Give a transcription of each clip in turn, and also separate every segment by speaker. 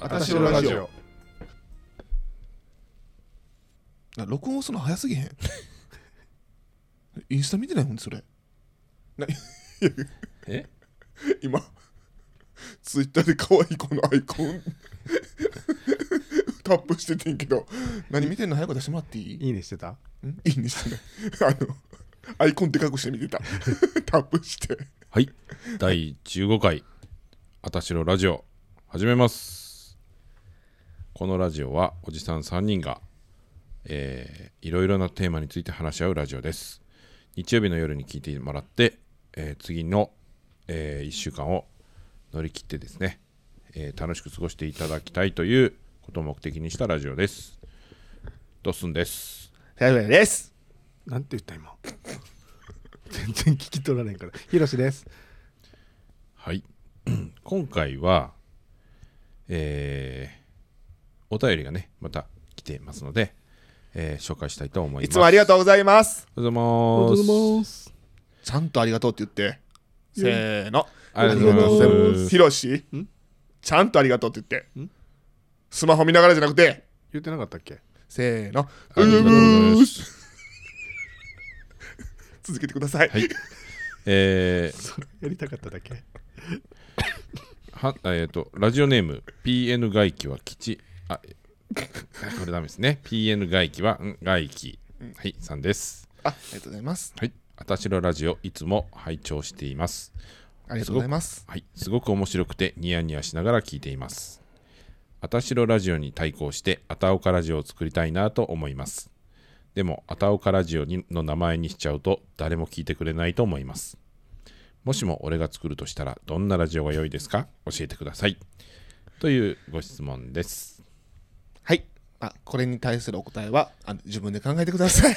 Speaker 1: あたしのラジオ。
Speaker 2: な録音するの早すぎへんインスタ見てないほんでそれ
Speaker 1: え
Speaker 2: 今ツイッターで可愛い子のアイコン タップしててんけど何見てんの早く出してもらっていい
Speaker 3: いいねしてた
Speaker 2: んいいんですね あのアイコンでかくして見てた タップして
Speaker 1: はい。第15回、あたしのラジオ、始めます。このラジオは、おじさん3人が、えーいろいろなテーマについて話し合うラジオです。日曜日の夜に聞いてもらって、えー次の、え1週間を乗り切ってですね、えー楽しく過ごしていただきたいということを目的にしたラジオです。ドスンです。
Speaker 2: 大丈夫です
Speaker 3: なんて言った今 全然聞き取られんからひろしです
Speaker 1: はい。 今回は、えーお便りがね、また来てますので、えー紹介したいと思います。
Speaker 2: いつもありがとうございます
Speaker 1: おはようございます。
Speaker 3: す
Speaker 2: ちゃんとありがとうって言ってせーの
Speaker 1: ありがとうご
Speaker 3: ありがと
Speaker 1: ざい
Speaker 3: う
Speaker 1: ま。
Speaker 3: ございます
Speaker 2: ひろし
Speaker 3: ん
Speaker 2: ちゃんとありがとうって言って
Speaker 3: ん
Speaker 2: スマホ見ながらじゃなくて
Speaker 3: 言ってなかったっけ
Speaker 2: せーの
Speaker 1: ありがとうございます。
Speaker 2: 続けてください、
Speaker 1: はいえー
Speaker 3: それやりたかっただけ
Speaker 1: はえー、とラジオネーム PN 外気は吉あ えこれダメですね PN 外気はん外気はいさんです
Speaker 2: あありがとうございます
Speaker 1: はいあたしろラジオいつも拝聴しています
Speaker 2: ありがとうございます
Speaker 1: はい、すごく面白くてニヤニヤしながら聞いています。あたしろラジオに対抗して、あたおかラジオを作りたいなと思います。でも、あたおかラジオにの名前にしちゃうと、誰も聞いてくれないと思います。もしも俺が作るとしたら、どんなラジオが良いですか教えてください。というご質問です。
Speaker 2: はい、まあ、これに対するお答えはあの自分で考えてくだ さい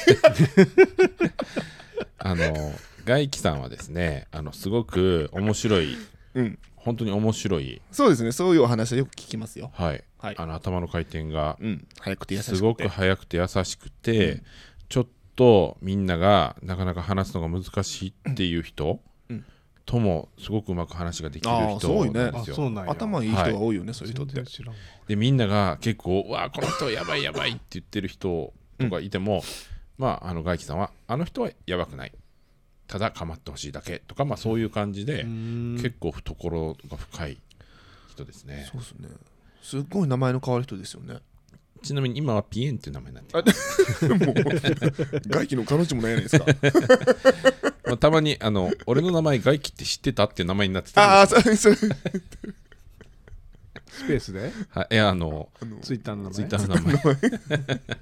Speaker 1: あの、 外気さんはですね、あの、すごく面白い、
Speaker 2: うん
Speaker 1: 本当に面白い、
Speaker 2: そうですねそういうお話はよく聞きますよ
Speaker 1: はい、
Speaker 2: はい
Speaker 1: あの、頭の回転が
Speaker 2: うん早くて優しくて
Speaker 1: すごく早くて優しくて、ちょっとみんながなかなか話すのが難しいっていう人、
Speaker 2: うん
Speaker 1: ともすごくうまく話ができる
Speaker 2: あーすごい
Speaker 1: 人
Speaker 2: ね
Speaker 1: なん
Speaker 3: あ
Speaker 1: ですよ。
Speaker 3: そうなんや
Speaker 2: 頭いい人が多いよね、そういう人って
Speaker 3: 全然知らんわ
Speaker 1: でみんなが結構「うわーこの人やばいやばい」って言ってる人とかいても、まああの外気さんは「あの人はやばくない」ただ構ってほしいだけとか、まあ、そういう感じで、
Speaker 3: 結
Speaker 1: 結構懐が深い人ですね
Speaker 2: そうですねすっごい名前の変わる人ですよ ね
Speaker 1: ちなみに今はピエンっていう名前になって
Speaker 2: あもう外気の彼女もないじゃない ですか
Speaker 1: まあ、たまにあの俺の名前外気って知ってたっていう名前になって
Speaker 2: あ
Speaker 1: たん
Speaker 2: あ
Speaker 1: です
Speaker 2: それそれ
Speaker 3: 構スペースで
Speaker 1: あはいいやあの
Speaker 3: ツイッターの名前
Speaker 1: ツイッターの名前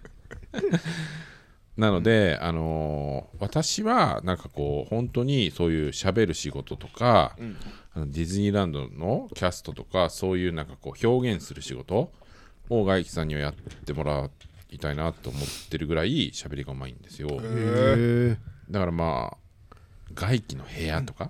Speaker 1: なので、あのー私はなんかこう本当にそういう喋る仕事とか、
Speaker 2: ん
Speaker 1: あのディズニーランドのキャストとかそういうなんかこう表現する仕事を外気さんにはやってもらいたいなと思ってるぐらい喋りがうまいんですよ
Speaker 3: へえ
Speaker 1: だからまあ外気の部屋とか、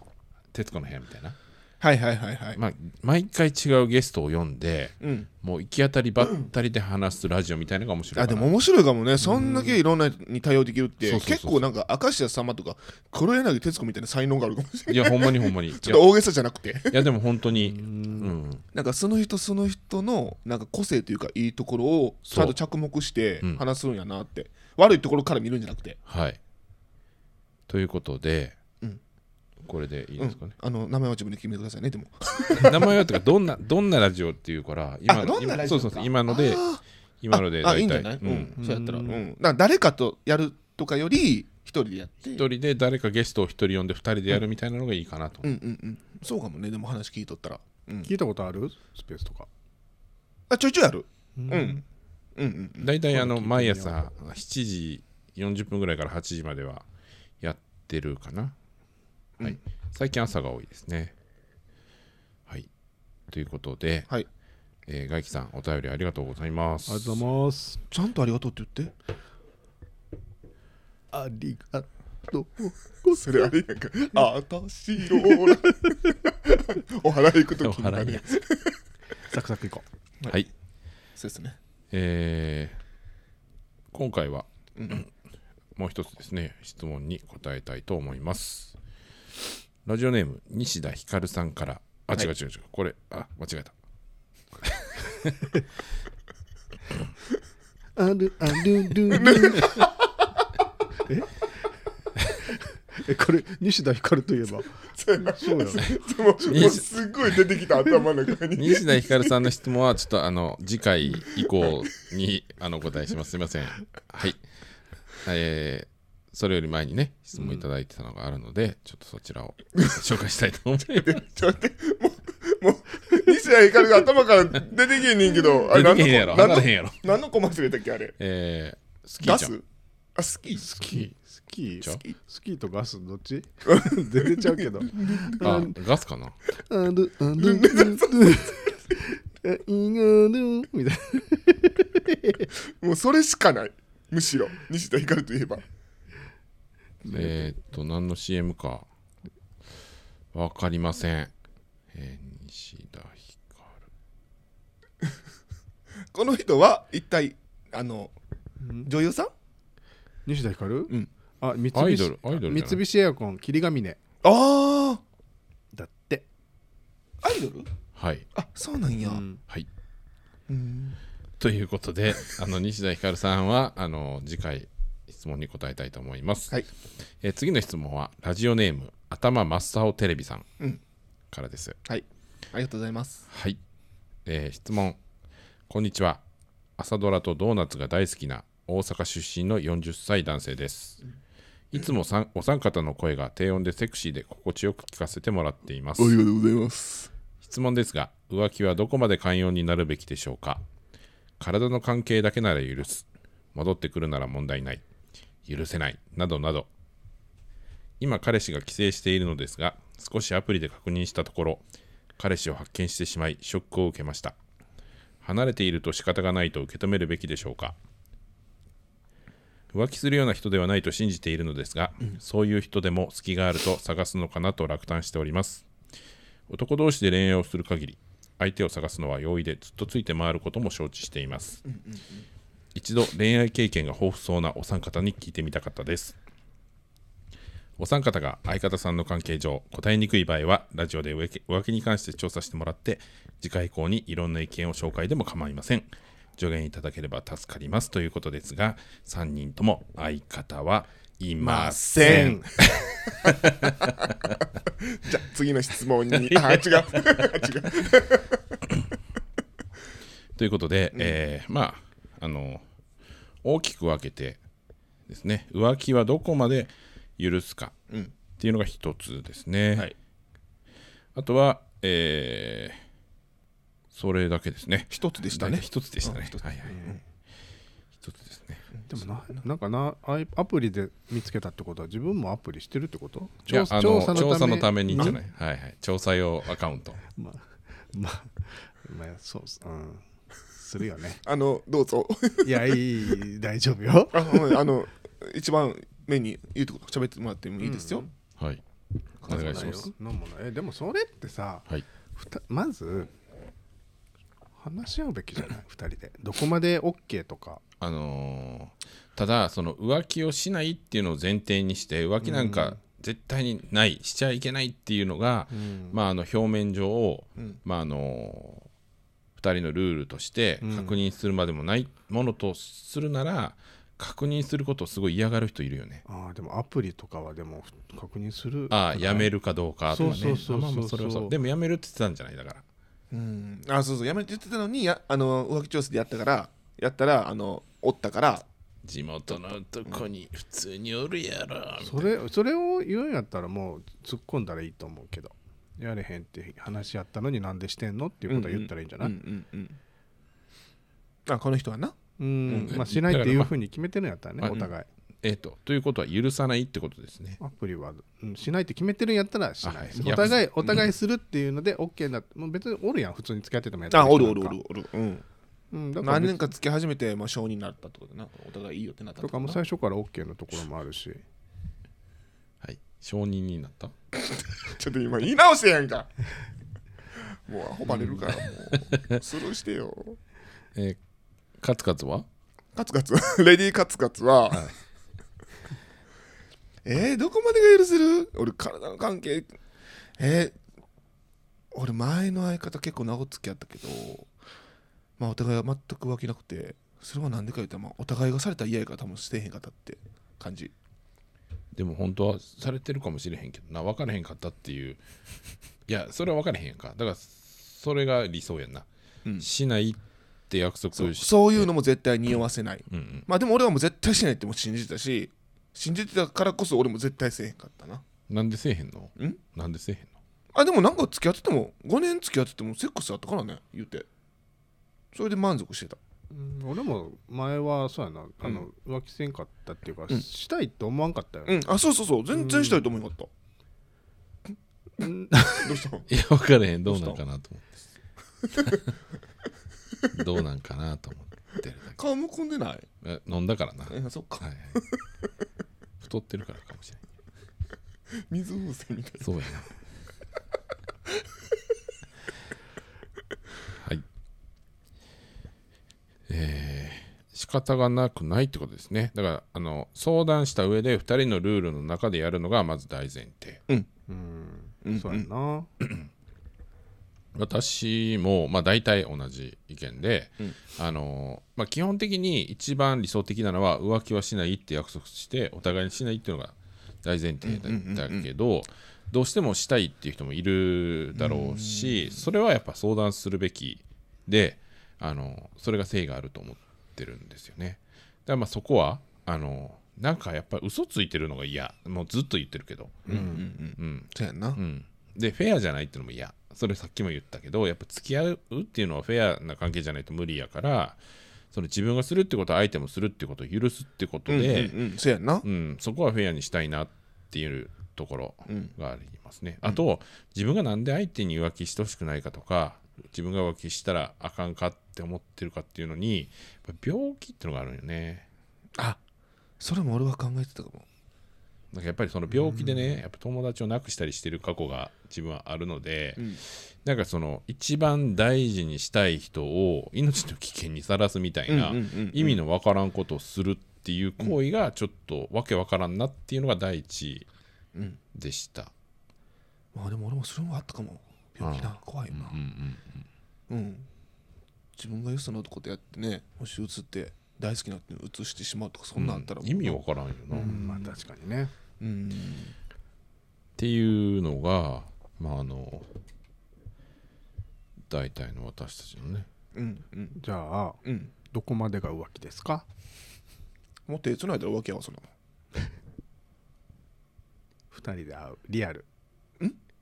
Speaker 1: 徹子の部屋みたいな、
Speaker 2: はいはいはいはい、
Speaker 1: まあ、毎回違うゲストを呼んで、
Speaker 2: うん
Speaker 1: もう行き当たりばったりで話すラジオみたいなのが面白い
Speaker 2: あで
Speaker 1: かな
Speaker 2: も面白いかもね、そんだけいろんなに対応できるって、
Speaker 1: そうそうそう
Speaker 2: 結構なんか、明石家さんまとか、黒柳徹子みたいな才能があるかもしれない。
Speaker 1: いやほんまにほん まにい
Speaker 2: ちょ
Speaker 1: や
Speaker 2: っと大げさじゃなくて、
Speaker 1: いやでも本当にうん、
Speaker 2: なんかその人その人のなんか個性というか、いいところをち
Speaker 1: そう
Speaker 2: ゃんと着目して
Speaker 1: うん
Speaker 2: 話すんやなって、悪いところから見るんじゃなくて、
Speaker 1: はいということで、
Speaker 2: うん
Speaker 1: これでいい
Speaker 2: うん
Speaker 1: ですかね、
Speaker 2: あの名前は自分で決めてくださいね、でも。
Speaker 1: 名前はとかどんな どんなラジオっていうから
Speaker 2: あ
Speaker 1: の
Speaker 2: どんなラジオか
Speaker 1: 今そうそうそう今ので
Speaker 2: あ
Speaker 1: 今ので
Speaker 2: ああいいん
Speaker 1: 大
Speaker 2: じ
Speaker 1: 体
Speaker 2: ゃない、う
Speaker 1: うんん
Speaker 2: そうやったら。う
Speaker 3: うんん
Speaker 2: だから誰かとやるとかより、一人でやって。
Speaker 1: 一人で誰かゲストを一人呼んで二人でやるみたいなのがいいかなと、
Speaker 2: うんうんうん、そうかもね、でも話聞いとったら。うん、
Speaker 3: 聞いたことあるスペースとか
Speaker 2: あちょいちょいやる。
Speaker 3: う
Speaker 2: うん、うん、うんうん。
Speaker 1: 大体あの
Speaker 3: これ聞いてみよう
Speaker 1: 毎朝7時40分ぐらいから8時まではやってるかな、は
Speaker 2: う
Speaker 1: い、最近朝が多いですねはいということで、
Speaker 2: はい
Speaker 1: えー外気さんお便りありがとうございます
Speaker 3: ありがとうございます
Speaker 2: ちゃんとありがとうって言って。
Speaker 3: ありがとう
Speaker 2: それあれやんか。あたしろ。 お払い行くときに
Speaker 1: お祓い
Speaker 2: ね
Speaker 1: や。
Speaker 3: サクサクいこう
Speaker 1: はい
Speaker 2: そうですね。
Speaker 1: えー今回は、
Speaker 2: うん
Speaker 1: もう一つですね質問に答えたいと思いますラジオネーム西田ひかるさんからあ
Speaker 2: はい
Speaker 1: 違う違う違う、これあ間違えた
Speaker 3: あるあるる るええこれ西田ひかるといえばそうよね
Speaker 2: もうもうすっごい出てきた頭の中に
Speaker 1: 西田ひかるさんの質問はちょっとあの次回以降にあのお答えしますすいませんはいえーそれより前にね質問いただいてたのがあるので、ちょっとそちらを紹介したいと思います
Speaker 2: ちょっと待ってもうもう西田ひかるが頭から出てけえねんけどあれ
Speaker 1: 出てけへんやろ
Speaker 2: 何の
Speaker 1: 離
Speaker 2: コ
Speaker 1: れへんやろ
Speaker 2: 何のコマース入れたっけあれ
Speaker 1: えー、スキー
Speaker 2: ガ
Speaker 1: ちゃん
Speaker 2: スあスキー
Speaker 3: スキースキ
Speaker 1: ちゃう
Speaker 3: ースキーとガスどっち 出てちゃうけど
Speaker 1: あガスかな
Speaker 3: あるあ るるるあいがるみたい
Speaker 2: もうそれしかないむしろ西田ひかるといえば
Speaker 1: えーっと、何の CM か。わかりません。えー西田ひか
Speaker 2: この人は一体あの
Speaker 3: な
Speaker 2: 女優さん
Speaker 3: 西田ひかる
Speaker 1: うん
Speaker 3: あ三
Speaker 1: アイド
Speaker 3: 菱
Speaker 1: ルアイドルじゃない
Speaker 3: 三菱エアコン霧ヶ峰
Speaker 2: あ
Speaker 3: だって
Speaker 2: あアイドル
Speaker 1: る。はい。
Speaker 2: あそうなんや
Speaker 3: うん
Speaker 1: はい。
Speaker 2: うん
Speaker 1: ということで、 あの、西田ひかるさんは、あの、次回、質問に答えたいと思います。
Speaker 2: はい
Speaker 1: えー次の質問は、ラジオネーム、頭真っ青テレビさん
Speaker 2: うん
Speaker 1: からです。
Speaker 2: はいありがとうございます
Speaker 1: はい。えー質問。こんにちは。朝ドラとドーナツが大好きな大阪出身の40歳男性です。いつもさんお三方の声が低音でセクシーで心地よく聞かせてもらっています。
Speaker 2: とうございます
Speaker 1: 質問ですが、浮気はどこまで寛容になるべきでしょうか体の関係だけなら許す。戻ってくるなら問題ない。許せない。などなど。今、彼氏が帰省しているのですが、少しアプリで確認したところ、彼氏を発見してしまい、ショックを受けました。離れていると仕方がないと受け止めるべきでしょうか浮気するような人ではないと信じているのですが、そういう人でも隙があると探すのかなと落胆しております。男同士で恋愛をする限り相手を探すのは容易でずっとついて回ることも承知しています、一度恋愛経験が豊富そうなお三方に聞いてみたかったですお三方が相方さんの関係上答えにくい場合はラジオで浮気浮気に関して調査してもらって次回以降にいろんな意見を紹介でも構いません助言いただければ助かりますということですが3人とも相方はいません
Speaker 2: じゃあ次の質問 にあ違う違う
Speaker 1: ということで、えーまああの大きく分けてですね浮気はどこまで許すか
Speaker 2: うん
Speaker 1: っていうのが一つですね、
Speaker 2: はい
Speaker 1: あとは、えーそれだけですね
Speaker 2: 一つでした
Speaker 1: だ
Speaker 2: ね
Speaker 1: い一つでしたね
Speaker 2: うん
Speaker 1: はいはい、一つですね
Speaker 3: でもななんかなあいアプリで見つけたってことは自分もアプリしてるってこと
Speaker 1: いやあの調査のためにじゃ
Speaker 3: い、
Speaker 1: ない、はいはい、調査用アカウント
Speaker 3: まあまあ、まあ、そうっすうんするよね
Speaker 2: あのどうぞ
Speaker 3: いやいい大丈夫よ
Speaker 2: あ うんあの一番目に言うとこと喋ってもらってもいいですよ
Speaker 1: はいお願いします
Speaker 3: なんもないえでもそれってさ
Speaker 1: はい
Speaker 3: ふたまず話し合うべきじゃない2人でどこまで OK とか
Speaker 1: あのーただその浮気をしないっていうのを前提にして浮気なんか絶対にない、しちゃいけないっていうのが、まあ、あの表面上を、
Speaker 2: うん
Speaker 1: まああの2人のルールとして確認するまでもないものとするなら、確認することをすごい嫌がる人いるよね。
Speaker 3: ああでもアプリとかはでもふ確認する
Speaker 1: ああやめるかどうかとかね
Speaker 3: そうそうそうそう
Speaker 1: あまあまあそれはそうでもやめるって言ってたんじゃないだから
Speaker 2: うんあそうそうやめて言ってたのにやあの浮気調査でやったからやったらあのおったから
Speaker 1: 地元の男に普通におるやろみたいな
Speaker 3: それそれを言うんやったらもう突っ込んだらいいと思うけどやれへんって話し合ったのになんでしてんのっていうことは言ったらいいんじゃない、う
Speaker 2: うんんうんうんあこの人はな
Speaker 1: うん
Speaker 3: まあ、しないっていうふうに決めてるんやったらね、
Speaker 1: だか
Speaker 3: お
Speaker 1: らまあ
Speaker 3: 互い、
Speaker 1: えっとということは許さないってことですね。
Speaker 3: アプリは、うん、しないって決めてるんやったらし
Speaker 1: あ
Speaker 3: な
Speaker 1: はいい
Speaker 3: お互いお互いするっていうので OK なもう別におるやん普通に付き合っててもやって
Speaker 2: あお
Speaker 3: 人
Speaker 2: る
Speaker 3: な
Speaker 2: お
Speaker 3: ん
Speaker 2: る
Speaker 3: か
Speaker 2: おるおるうん
Speaker 3: うん、だから
Speaker 2: 何
Speaker 3: 別
Speaker 2: 年かつけ始めて、まあ、承認になったってことだなお互いいいよってなったって
Speaker 3: と
Speaker 2: こ
Speaker 3: かも
Speaker 2: な
Speaker 3: 最初から OK のところもあるし
Speaker 1: はい、承認になった
Speaker 2: ちょっと今言い直してやんかもうアホバレるからもうスルーしてよ
Speaker 1: えーカツカツは
Speaker 2: カツ カツレディーカツカツは、えー、どこまでが許せる俺体の関係えー、俺前の相方結構長く付き合ったけどまあ、お互いは全く浮気なくてそれはなんでか言ったら、まあ、お互いがされたら嫌やから多分してへんかったって感じ
Speaker 1: でも本当はされてるかもしれへんけどな分からへんかったっていういやそれは分からへんやんかだからそれが理想やんな、
Speaker 2: うん
Speaker 1: しないって約束
Speaker 2: そう
Speaker 1: し
Speaker 2: そういうのも絶対匂わせない、
Speaker 1: うんうん
Speaker 2: まあでも俺はもう絶対しないってもう信じてたし信じてたからこそ俺も絶対せえへんかったな
Speaker 1: なんでせえへんの
Speaker 2: ん
Speaker 1: なんでせえへんの
Speaker 2: あでもなんか付き合ってても5年付き合っててもセックスあったからね言うてそれで満足してた
Speaker 3: うん俺も前はそうやなあの、浮気せんかったっていうか、したいって思わんかったよ、
Speaker 2: うんあそうそうそう全然したいと思いなかった
Speaker 3: うん
Speaker 2: どうしたの
Speaker 1: いや分からへんどうなんかなと思ってどうなんかなと思ってるだけ
Speaker 2: 顔むくんでない
Speaker 1: え飲んだからな、はい
Speaker 2: えそっか
Speaker 1: はい、太ってるからかもしれない
Speaker 2: 水風船みたい
Speaker 1: そうやなはいえー、仕方がなくないってことですねだからあの相談した上で2人のルールの中でやるのがまず大前提
Speaker 3: うん
Speaker 2: うん
Speaker 3: そうやな
Speaker 1: 私も、まあ、大体同じ意見で、
Speaker 2: うん
Speaker 1: あのまあ、基本的に一番理想的なのは浮気はしないって約束してお互いにしないっていうのが大前提だ,、
Speaker 2: うんうんうんうん
Speaker 1: けどどうしてもしたいっていう人もいるだろうしそれはやっぱ相談するべきであのそれが誠意があると思ってるんですよね。だからまあそこはあのなんかやっぱり嘘ついてるのが嫌もうずっと言ってるけど、
Speaker 2: なうんうんうん
Speaker 1: うん、
Speaker 2: そうやんな
Speaker 1: うん、でフェアじゃないってのも嫌それさっきも言ったけどやっぱ付き合うっていうのはフェアな関係じゃないと無理やからその自分がするってことは相手もするってことを許すってこと
Speaker 2: うんうん
Speaker 1: で、
Speaker 2: うんそうやんな
Speaker 1: うんそこはフェアにしたいなっていうところ
Speaker 2: うん
Speaker 1: がありますね、あと自分がなんで相手に浮気してほしくないかとか自分が浮気したらあかんかって思ってるかっていうのにやっぱ病気ってのがあるんよね
Speaker 2: あそれも俺は考えてたかも
Speaker 1: なんかやっぱりその病気でね、やっぱ友達を亡くしたりしてる過去が自分はあるので、
Speaker 2: うん
Speaker 1: なんかその一番大事にしたい人を命の危険にさらすみたいな
Speaker 2: うんうんうんうん
Speaker 1: 意味のわからんことをするっていう行為がちょっとわけわからんなっていうのが第一
Speaker 2: うん
Speaker 1: でした。
Speaker 2: まあでも俺もそれもあったかも病気な怖いよなうん自分がよそのことやってねもし移って大好きな人に移してしまうとかそんなんあったら
Speaker 1: 意味わからんよな、っ
Speaker 3: まあ確かにね
Speaker 2: うん
Speaker 1: ていうのがまああの大体の私たちのね
Speaker 2: うんうん
Speaker 3: じゃあ
Speaker 2: うん
Speaker 3: どこまでが浮気ですか
Speaker 2: もっと手つないだら浮気合わせな
Speaker 3: 2人で会うリアル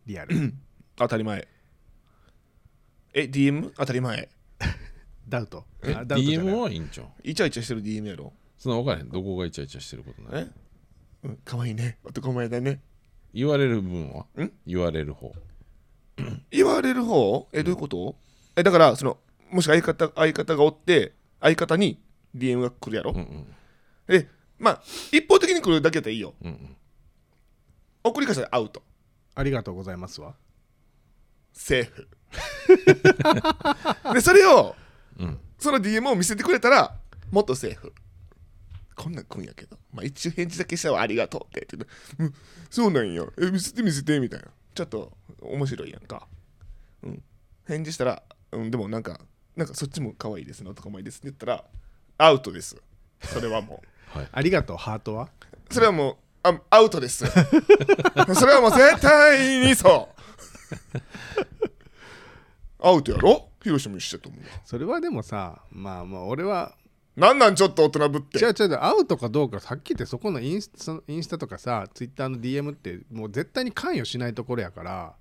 Speaker 3: リアル
Speaker 2: 当たり前え DM 当たり前
Speaker 3: ダウト
Speaker 1: え
Speaker 3: あダウトじゃない
Speaker 1: DM はいいんちゃう
Speaker 2: イチャイチャしてる DM やろ
Speaker 1: その分からへんどこがイチャイチャしてることない
Speaker 2: えうん可愛いね男前だね
Speaker 1: 言われる分は
Speaker 2: ん
Speaker 1: 言われる方
Speaker 2: 言われる方えどういうこと、えだからそのもし相方相方がおって相方に DM が来るやろ、
Speaker 1: うんうん
Speaker 2: でまあ一方的に来るだけだったらいいよ
Speaker 1: うんうん
Speaker 2: 送り返したらアウト
Speaker 3: ありがとうございますわ
Speaker 2: セーフでそれを
Speaker 1: うん
Speaker 2: その DM を見せてくれたらもっとセーフこんなん来んやけどまあ一応返事だけしたらありがとうって言ってうんそうなんやえ見せて見せてみたいなちょっと面白いやんかうん返事したら、うん、でもなんかなんかそっちも可愛いですねとかもいいですねって言ったらアウトですそれはも
Speaker 1: はい
Speaker 3: ありがとうハートは
Speaker 2: うそれはもうあアウトです それはもう絶対にそうアウトやろ広島も一緒やと思うわ
Speaker 3: それはでもさまあまあ俺は
Speaker 2: なんなんちょっと大人ぶって
Speaker 3: 違う違う会うとかどうかはっきり言ってそこのインスそのインスタとかさツイッターの DM ってもう絶対に関与しないところやから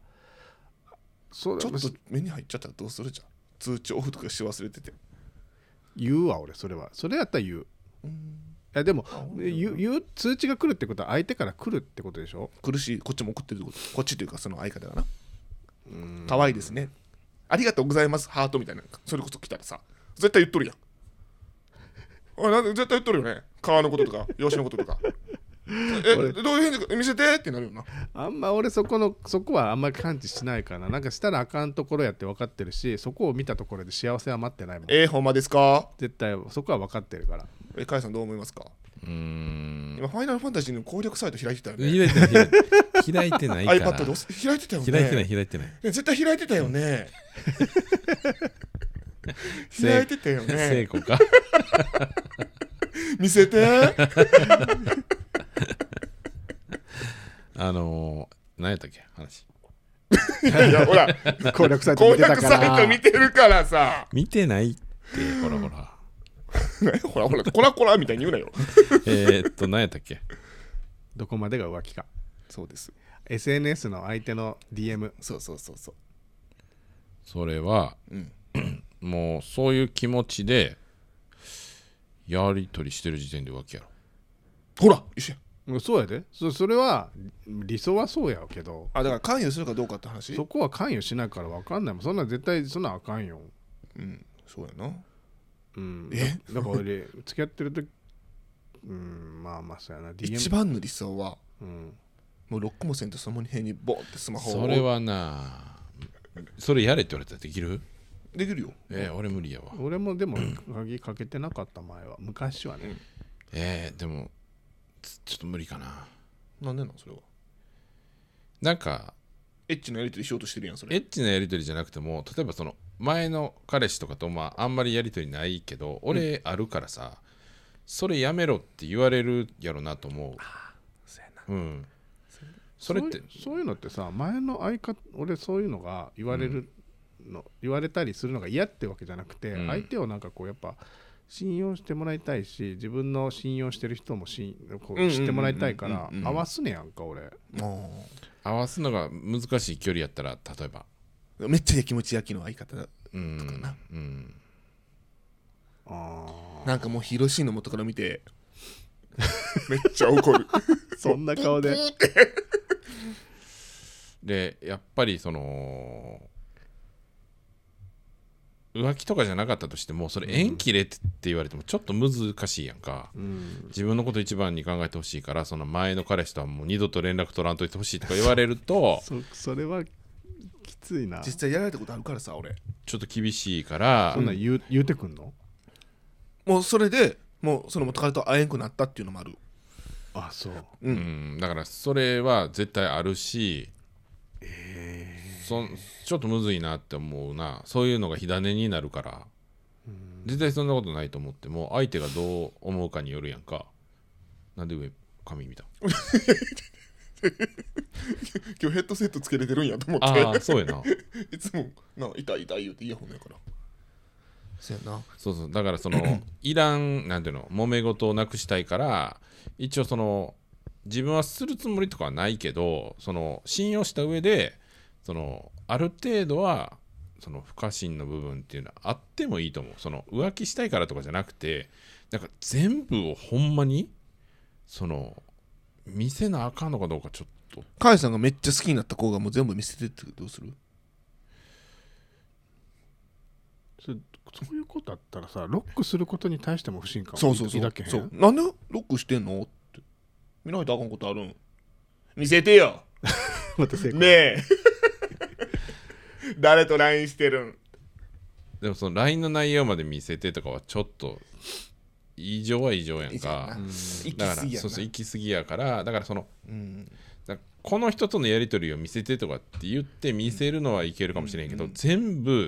Speaker 3: そう
Speaker 2: ちょっと目に入っちゃったらどうするじゃん通知オフとかし忘れてて
Speaker 3: 言うわ俺それはそれやったら言ういやでも言う言う通知が来るってことは相手から来るってことでしょ
Speaker 2: 苦しいこっちも怒ってるってことこっちというかその相方がな可愛いですねありがとうございますハートみたいなそれこそ来たらさ絶対言っとるやんおいなんで絶対言っとるよね川のこととか養子のこととかえどういう返事見せてってなるよな
Speaker 3: あんま俺そこのそこはあんまり感知しないからななんかしたらあかんところやって分かってるしそこを見たところで幸せは待ってないもん
Speaker 2: えー、ほんまですか
Speaker 3: 絶対そこは分かってるから
Speaker 2: えカイさんどう思いますか
Speaker 1: うーん
Speaker 2: 今ファイナルファンタジーの攻略サイト開いてたよね
Speaker 1: 開いてない開いてない開いてないから
Speaker 2: iPad で押す開いてたよね
Speaker 1: 開いてない開いてない
Speaker 2: ね絶対開いてたよね開いてたよ
Speaker 1: 聖
Speaker 2: ね
Speaker 1: 子か
Speaker 2: 見せて
Speaker 1: あのー、何やったっけ話
Speaker 2: いやいや ほら
Speaker 3: 攻略サイト
Speaker 2: 攻
Speaker 3: 見てた
Speaker 2: 略
Speaker 3: か
Speaker 2: サイ
Speaker 3: ら
Speaker 2: ト見てるからさ
Speaker 1: 見てないってほら ほら
Speaker 2: ほ らほらこらこらみたいに言うなよ
Speaker 1: えーっと何やったっけ
Speaker 3: どこまでが浮気か
Speaker 2: そうです。
Speaker 3: SNS の相手の DM
Speaker 2: そうそうそうそう。
Speaker 1: それは、
Speaker 2: うん
Speaker 1: もうそういう気持ちでやり取りしてる時点で浮気やろ
Speaker 2: ほら、一緒や
Speaker 3: うんそうやでそそれは理想はそうやけど
Speaker 2: あ、だから関与するかどうかって話
Speaker 3: そこは関与しないから分かんないもんそんなん絶対そんなんあかんよ
Speaker 2: うん、そうやな。
Speaker 3: うん
Speaker 2: え
Speaker 3: だだから俺付き合ってる時うんまあまあそうやな DM
Speaker 2: 一番の理想は、
Speaker 3: うん、
Speaker 2: もうロックもせんとその辺にボンってスマホを。
Speaker 1: それはなそれやれって言われたらできる
Speaker 2: できるよ。
Speaker 1: えー、俺無理やわ
Speaker 3: 俺もでも鍵かけてなかった前は昔はね
Speaker 1: えー、でもつちょっと無理かな
Speaker 2: なんでなんそれは。
Speaker 1: なんか
Speaker 2: エッチなやりとりしようとしてるやん、それ。
Speaker 1: エッチなやり取りじゃなくても例えばその前の彼氏とかとまああんまりやり取りないけど俺あるからさ、それやめろって言われるやろなと思
Speaker 2: そうやな。
Speaker 1: ううんそれっ
Speaker 3: そ
Speaker 1: て
Speaker 3: ういうそういうのってさ前の相方俺そういうのが言われるの、言われたりするのが嫌ってわけじゃなくて、
Speaker 1: うん
Speaker 3: 相手をなんかこうやっぱ信用してもらいたいし自分の信用してる人も信こ
Speaker 2: うんうんうんう
Speaker 3: うん知ってもらいたいから
Speaker 2: うんうん
Speaker 3: 合わすねやんか俺
Speaker 2: も
Speaker 1: 合わすのが難しい距離やったら例えば
Speaker 2: う、めっちゃやきもち焼きの相方だ。
Speaker 1: うんうん
Speaker 3: あ
Speaker 2: なんかもう広しいの元から見て、めっちゃ怒る。
Speaker 3: ーそんな顔で
Speaker 1: でやっぱりその浮気とかじゃなかったとしてもそれ縁切れって言われてもちょっと難しいやんか、
Speaker 3: うん
Speaker 1: 自分のこと一番に考えてほしいからその前の彼氏とはもう二度と連絡取らんといてほしいとか言われると
Speaker 3: そそれはきついな
Speaker 2: 実際やられたことあるからさ、俺。
Speaker 1: ちょっと厳しいから
Speaker 3: そんなん言う言うてくんの
Speaker 2: もうそれで、もうその元彼と会えんくなったっていうのもある。
Speaker 3: あそう
Speaker 2: う
Speaker 1: うん、だからそれは絶対あるし、そんちょっとむずいなって思うなそういうのが火種になるから絶対そんなことないと思っても相手がどう思うかによるやんかなんで上髪見た
Speaker 2: 今日ヘッドセットつけれてるんやと思って。
Speaker 1: ああそうやな
Speaker 2: いつも、な、痛い痛い言うてイヤホンやから。そやな。
Speaker 1: そうそうだからそ のいらんなんていうの揉め事をなくしたいから一応その自分はするつもりとかはないけどその信用した上でそのある程度はその不可侵の部分っていうのはあってもいいと思うその浮気したいからとかじゃなくてなんか全部をほんまにその見せなあかんのかどうかちょっと
Speaker 2: カイさんがめっちゃ好きになった子がもう全部見せてってどうする
Speaker 3: そそういうことだったらさロックすることに対しても不信感を抱けへん
Speaker 2: そうなんでロックしてんのって。見ないとあかんことあるん見せてよ
Speaker 3: また成功
Speaker 2: ねえ 誰と LINE してるん
Speaker 1: でもその LINE の内容まで見せてとかはちょっと異常は異常やん
Speaker 2: いいじゃん
Speaker 1: か
Speaker 2: な行き
Speaker 1: だ
Speaker 2: 過
Speaker 1: から
Speaker 2: ぎや
Speaker 1: そう
Speaker 2: な
Speaker 1: そう行き過ぎやからだからその
Speaker 2: うん
Speaker 1: だからこの人とのやり取りを見せてとかって言って見せるのはいけるかもしれんけど、
Speaker 2: うんうん
Speaker 1: 全部う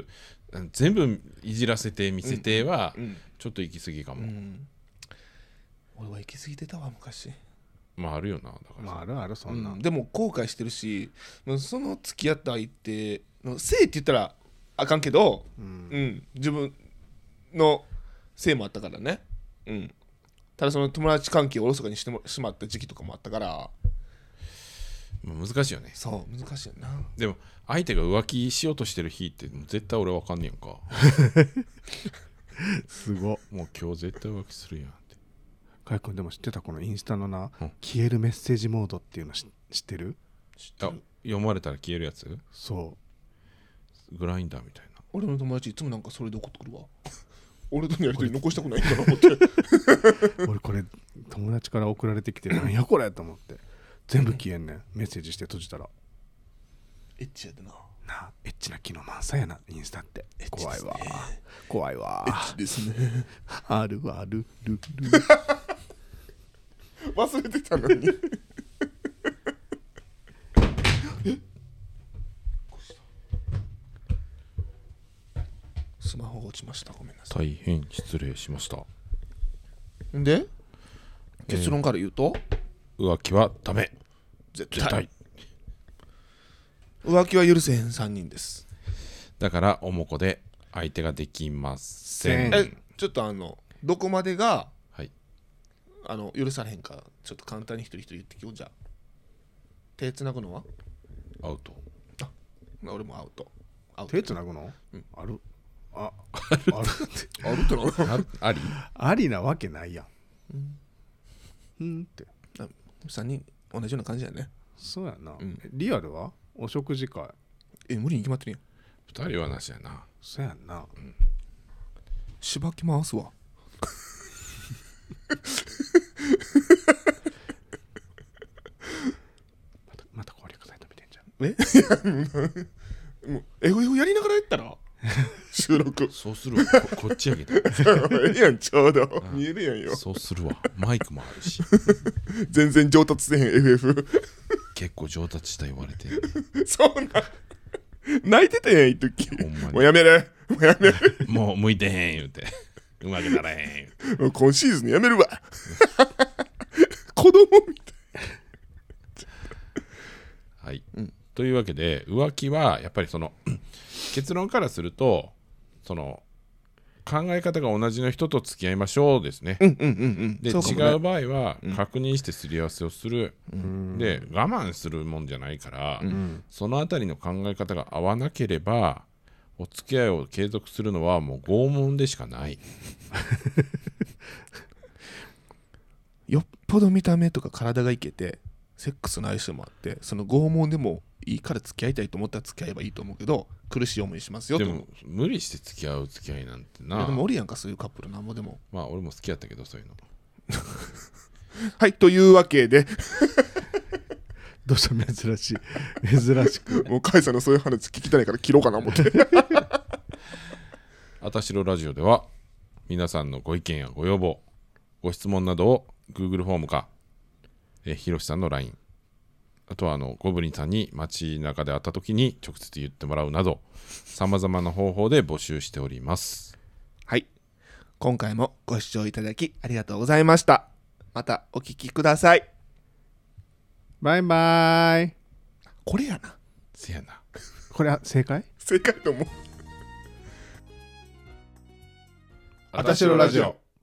Speaker 1: ん全部いじらせて見せては
Speaker 2: うん
Speaker 1: ちょっと行き過ぎかも、
Speaker 2: うん俺は行き過ぎてたわ昔、
Speaker 1: まああるよなだから、
Speaker 3: まああるあるそんな、
Speaker 2: うん
Speaker 3: ん、
Speaker 2: でも後悔してるしもうその付き合った相手のせいって言ったらあかんけど
Speaker 3: うん
Speaker 2: うん、自分のせいもあったからね、うん、ただその友達関係をおろそかにしてもしまった時期とかもあったから
Speaker 1: まあ難しいよね
Speaker 2: そう難しいよな
Speaker 1: でも相手が浮気しようとしてる日ってもう絶対俺わかんねやんか
Speaker 3: すご
Speaker 1: もう今日絶対浮気するやんって
Speaker 3: かいくんでも知ってたこのインスタのな、
Speaker 1: うん
Speaker 3: 消えるメッセージモードっていうのし知ってる
Speaker 1: あ読まれたら消えるやつ
Speaker 3: そ
Speaker 1: グラインダーみたいな
Speaker 2: 俺の友達いつもなんかそれで怒ってくるわ 俺とのやりとり残したくないから思って
Speaker 3: う俺これ友達から送られて きてなんやこれと思って全部消えんねんメッセージして閉じたら
Speaker 2: エッチやでな
Speaker 3: なあエッチな機能満載やなインスタって
Speaker 2: エッチで
Speaker 3: 怖い
Speaker 2: すね
Speaker 3: わ怖いわ
Speaker 2: エッチですね
Speaker 3: あるあるるる
Speaker 2: 忘れてたのに えスマホが落ちましたごめんなさ
Speaker 1: 大変失礼しました
Speaker 2: いで結論から言うと、
Speaker 1: 浮気はダメ
Speaker 2: 絶
Speaker 1: 絶
Speaker 2: 対
Speaker 1: 対
Speaker 2: 浮気は許せへん3人です、
Speaker 1: だからおもこで相手ができません
Speaker 3: せん
Speaker 2: えちょっとあのどこまでが
Speaker 1: はい
Speaker 2: あの許されへんかちょっと簡単に一人一人言ってきようじゃあ手つなぐのは
Speaker 1: アウト
Speaker 2: 俺もアウトアウト
Speaker 3: 手つなぐの、あるあある
Speaker 2: アウトなの
Speaker 1: ああり
Speaker 3: ありなわけないやんうんって
Speaker 2: 3人同じような感じだよね
Speaker 3: そうやな、
Speaker 2: ん
Speaker 3: リアルはお食事会
Speaker 2: え無理に決まってるやん
Speaker 1: 二人はなしやな
Speaker 3: そうやんな
Speaker 2: しばき回すわ
Speaker 3: またまた攻略サイト見てんじゃん
Speaker 2: え もう FF やりながらやった ら収録
Speaker 1: そうする わここっちやけど
Speaker 2: ええやんちょうど見えるやんよ
Speaker 1: そうするわマイクもあるし
Speaker 2: 全然上達せへん FF
Speaker 1: 結構上達した言われて
Speaker 2: そんな泣いてたやん一時
Speaker 1: んまに
Speaker 2: もうやめれもうやめれ
Speaker 1: もう向いてへん言うてうまくならへん言うて
Speaker 2: もう今シーズンやめるわ 子供みたい
Speaker 1: はい、
Speaker 2: うん
Speaker 1: というわけで浮気はやっぱりその 結論からするとその考え方が同じの人と付き合いましょうですね。
Speaker 2: うんうんうん
Speaker 1: で、違う場合は確認してすり合わせをする、で我慢するもんじゃないから、そのあたりの考え方が合わなければお付き合いを継続するのはもう拷問でしかない
Speaker 2: よっぽど見た目とか体がいけてセックスの相性もあってその拷問でもいいから付き合いたいと思ったら付き合えばいいと思うけど苦しい思いしますよ
Speaker 1: で
Speaker 2: と思う
Speaker 1: も無理して付き合う付き合いなんて
Speaker 2: いや
Speaker 1: な
Speaker 2: でもおるやんかそういうカップルなんぼでも
Speaker 1: まあ俺も好きやったけどそういうの
Speaker 2: はいというわけで
Speaker 3: どうした珍しい珍しく
Speaker 2: もう甲斐さんのそういう話聞きたいから切ろうかな思って
Speaker 1: あたしろラジオでは皆さんのご意見やご要望、ご質問などを Google フォームか、えーひろしさんの LINE、あとはあのゴブリンさんに街中で会った時に直接言ってもらうなど、さまざまな方法で募集しております。
Speaker 2: はい今回もご視聴いただきありがとうございましたまたお聞きください
Speaker 3: バイバイ
Speaker 2: これやな
Speaker 1: せやな。
Speaker 3: これは正解
Speaker 2: 正解と思う
Speaker 1: あ
Speaker 3: たしろラジオ